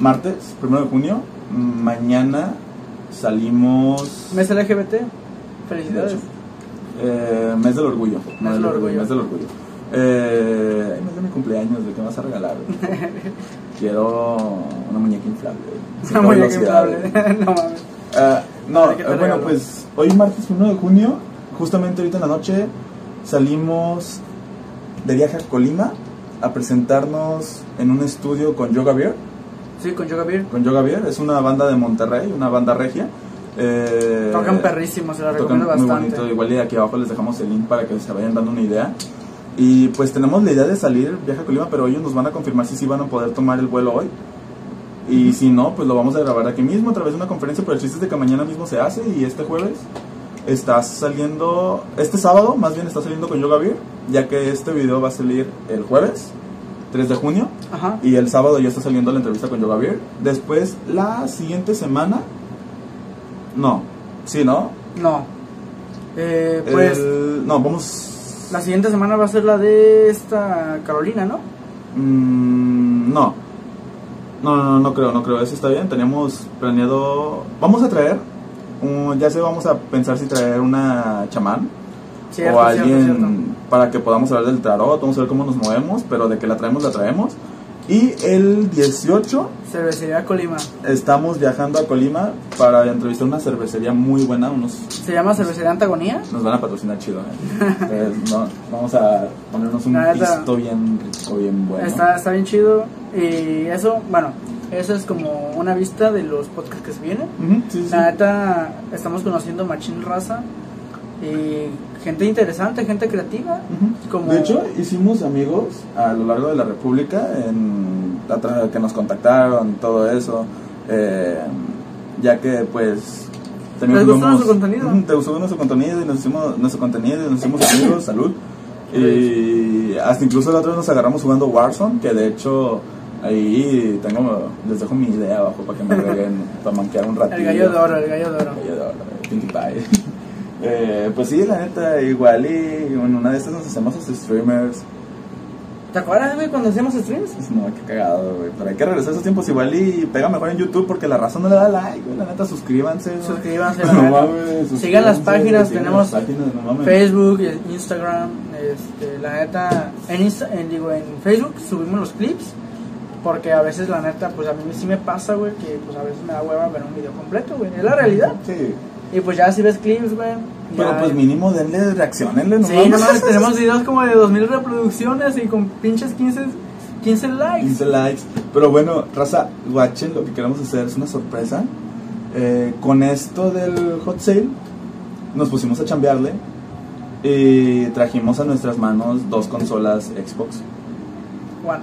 A: martes, primero de junio. mm, Mañana salimos.
B: mes LGBT.
A: de
B: Felicidades. [LAUGHS]
A: hecho, eh, mes del orgullo. no
B: del orgullo.
A: Mes del orgullo. Eh, ay, mes de mi cumpleaños, ¿de qué me vas a
B: [LAUGHS]
A: regalar? Quiero una muñeca inflable.
B: Una
A: sin
B: muñeca
A: velocidad.
B: inflable. [LAUGHS] no mames.
A: Ah, no,
B: ¿De qué te
A: eh, bueno,
B: regalo?
A: pues hoy martes 1 de junio, justamente ahorita en la noche, salimos de viaje a Colima a presentarnos en un estudio con Yoga Beer.
B: Sí, con Yoga Beer.
A: Con Yoga Beer es una banda de Monterrey, una banda regia. Eh,
B: Tocan perrísimo, se la
A: tocan
B: recomiendo
A: muy
B: bastante.
A: bonito, igual y aquí abajo les dejamos el link para que se vayan dando una idea. Y pues tenemos la idea de salir viaje a Colima, pero ellos nos van a confirmar si sí van a poder tomar el vuelo hoy. Y si no, pues lo vamos a grabar aquí mismo a través de una conferencia, pero el chiste es de que mañana mismo se hace y este jueves está saliendo, este sábado más bien está saliendo con Yoga Beer, ya que este video va a salir el jueves, 3 de junio,
B: Ajá.
A: y el sábado ya está saliendo la entrevista con Yoga Beer. Después, la siguiente semana, no, sí, ¿no?
B: No. Eh, pues
A: El- no, vamos.
B: la siguiente semana va a ser la de esta Carolina, ¿no?
A: Mm, no. No, no, no, no creo, no creo. Eso está bien. Teníamos planeado. Vamos a traer. un- ya sé, vamos a pensar si traer una chamán
B: Cierto,
A: o
B: cierto,
A: alguien
B: cierto.
A: para que podamos hablar del tarot. Vamos a ver cómo nos movemos, pero de que la traemos, la traemos. Y el 18
B: Cervecería Colima.
A: estamos viajando a Colima para entrevistar una cervecería muy buena. Unos
B: Se llama Cervecería Antagonía.
A: Nos van a patrocinar chido, ¿eh?
B: [LAUGHS]
A: Entonces, no, vamos a ponernos un
B: La neta.
A: pisto bien rico, bien bueno.
B: Está, está bien chido. Y eso, bueno, eso es como una vista de los podcasts que se vienen.
A: Ujú, sí, sí, sí.
B: La neta, estamos conociendo Machín Raza y gente interesante, gente creativa.
A: Ujú.
B: como-
A: De hecho, hicimos amigos a lo largo de la República, en, a través de que nos contactaron, todo eso, eh, ya que pues...
B: Les gustó
A: fuimos-
B: nuestro contenido.
A: Ujú, Te gustó nuestro contenido y nos hicimos nuestro contenido y nos hicimos
B: [LAUGHS]
A: amigos, salud. Y hasta incluso la otra vez nos agarramos jugando Warzone, que de hecho ahí tengo, les dejo mi idea abajo para
B: [LAUGHS]
A: que me agreguen, para manquear un ratito.
B: El gallo de oro, el gallo de oro.
A: Pinkie Pie. Eh, pues sí, la neta, igual y en una de estas nos hacemos los streamers.
B: ¿Te acuerdas, güey, cuando hacíamos streams?
A: Pues, No, qué cagado, güey. Pero hay que regresar a esos tiempos igual y pega mejor en YouTube porque la razón no le da like, güey. La neta, suscríbanse, güey.
B: Suscríbanse, la
A: No
B: neta.
A: mames, suscríbanse,
B: Sigan las páginas,
A: sigan
B: tenemos
A: las páginas, no mames.
B: Facebook, eh, Instagram, este, la neta, en, Insta- en- digo, en Facebook subimos los clips, porque a veces la neta, pues a mí sí me pasa, güey, que pues a veces me da hueva ver un video completo, güey, es la realidad.
A: Sí.
B: Y pues ya si ves clips, güey.
A: Pero
B: ya-
A: pues mínimo denle reaccionenle, no
B: Sí,
A: mames.
B: no mames, tenemos videos como de 2000 reproducciones y con pinches 15, 15 likes.
A: 15 likes. Pero bueno, raza, guachen lo que queremos hacer, es una sorpresa. Eh, con esto del hot sale, nos pusimos a chambearle y trajimos a nuestras manos dos consolas Xbox
B: Bueno,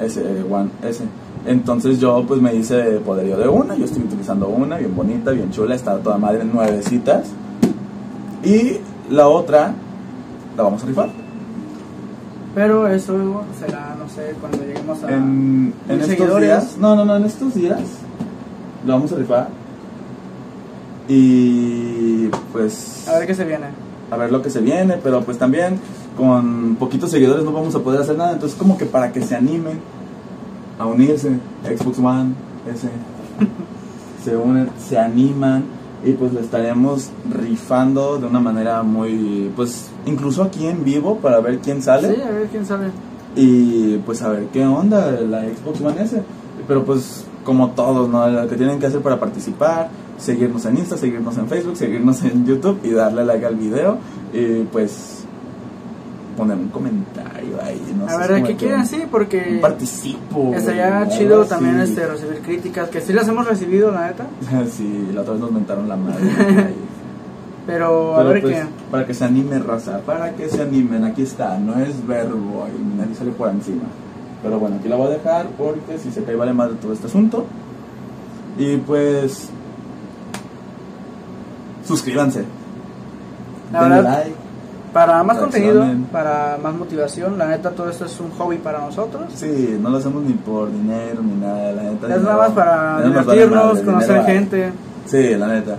A: S, eh, One S. Entonces yo pues me hice poderío de una, yo estoy utilizando una, bien bonita, bien chula, está toda madre, nuevecitas. Y la otra la vamos a rifar.
B: Pero eso será, no sé, cuando lleguemos a.
A: en, en
B: ¿Mil
A: estos
B: seguidores?
A: días. No, no, no, en estos días lo vamos a rifar. Y pues
B: A ver qué se viene.
A: a ver lo que se viene, pero pues también con poquitos seguidores no vamos a poder hacer nada, entonces como que para que se animen a unirse, Xbox One,
B: [LAUGHS]
A: ese, se unen, se animan y pues lo estaremos rifando de una manera muy, pues incluso aquí en vivo para ver quién sale.
B: Sí, a ver quién sabe.
A: Y pues a ver qué onda la Xbox One S. Pero pues como todos, ¿no? Lo que tienen que hacer para participar, seguirnos en Insta, seguirnos en Facebook, seguirnos en YouTube y darle like al video. Y pues poner un comentario ahí. No
B: a
A: sé,
B: ver
A: es como
B: qué
A: que
B: quieren,
A: un-
B: sí,
A: un
B: porque.
A: Participo. Ah,
B: Estaría
A: algo
B: chido
A: así.
B: también este, recibir críticas, que sí las hemos recibido, la neta.
A: [LAUGHS] sí, la otra vez nos mentaron la madre. ahí.
B: [LAUGHS] Pero, a
A: Pero,
B: ver
A: pues,
B: qué.
A: Para que se anime, raza. Para que se animen. Aquí está. No es verbo. Y nadie sale por encima. Pero bueno, aquí la voy a dejar porque si se cae vale más de todo este asunto. Y pues... Suscríbanse.
B: La
A: denle
B: verdad,
A: like.
B: para más
A: reaccionen.
B: contenido, para más motivación, la neta, todo esto es un hobby para nosotros.
A: Sí, no lo hacemos ni por dinero ni nada. La neta.
B: Es
A: dinero-
B: nada más para
A: dinero nos vale
B: divertirnos,
A: madre,
B: conocer
A: dinero vale.
B: gente.
A: Sí, la neta.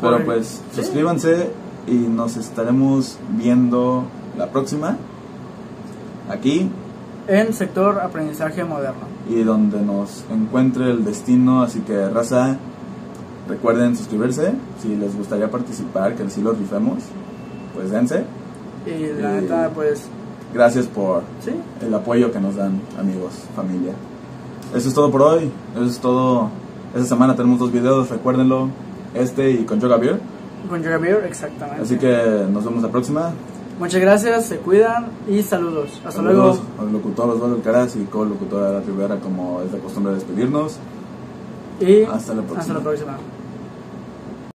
A: Pero
B: Por-
A: pues,
B: sí.
A: suscríbanse y nos estaremos viendo la próxima. Aquí
B: En sector aprendizaje moderno.
A: y donde nos encuentre el destino. Así que, raza, recuerden suscribirse. Si les gustaría participar, que así lo rifemos, pues dense.
B: Y la
A: Eh,
B: neta, pues,
A: Gracias por
B: sí.
A: el apoyo que nos dan, amigos, familia. Eso es todo por hoy. Eso es todo. Esta semana tenemos dos videos, recuérdenlo. Este y con Yo Gabriel.
B: Con Javier, exactamente.
A: Así que nos vemos la próxima.
B: Muchas gracias, se cuidan y saludos. Hasta
A: Saludos
B: luego.
A: al locutor Osvaldo Alcaraz y co-locutora de la Rivera, como es de costumbre despedirnos.
B: Y
A: Hasta la próxima.
B: Hasta la próxima.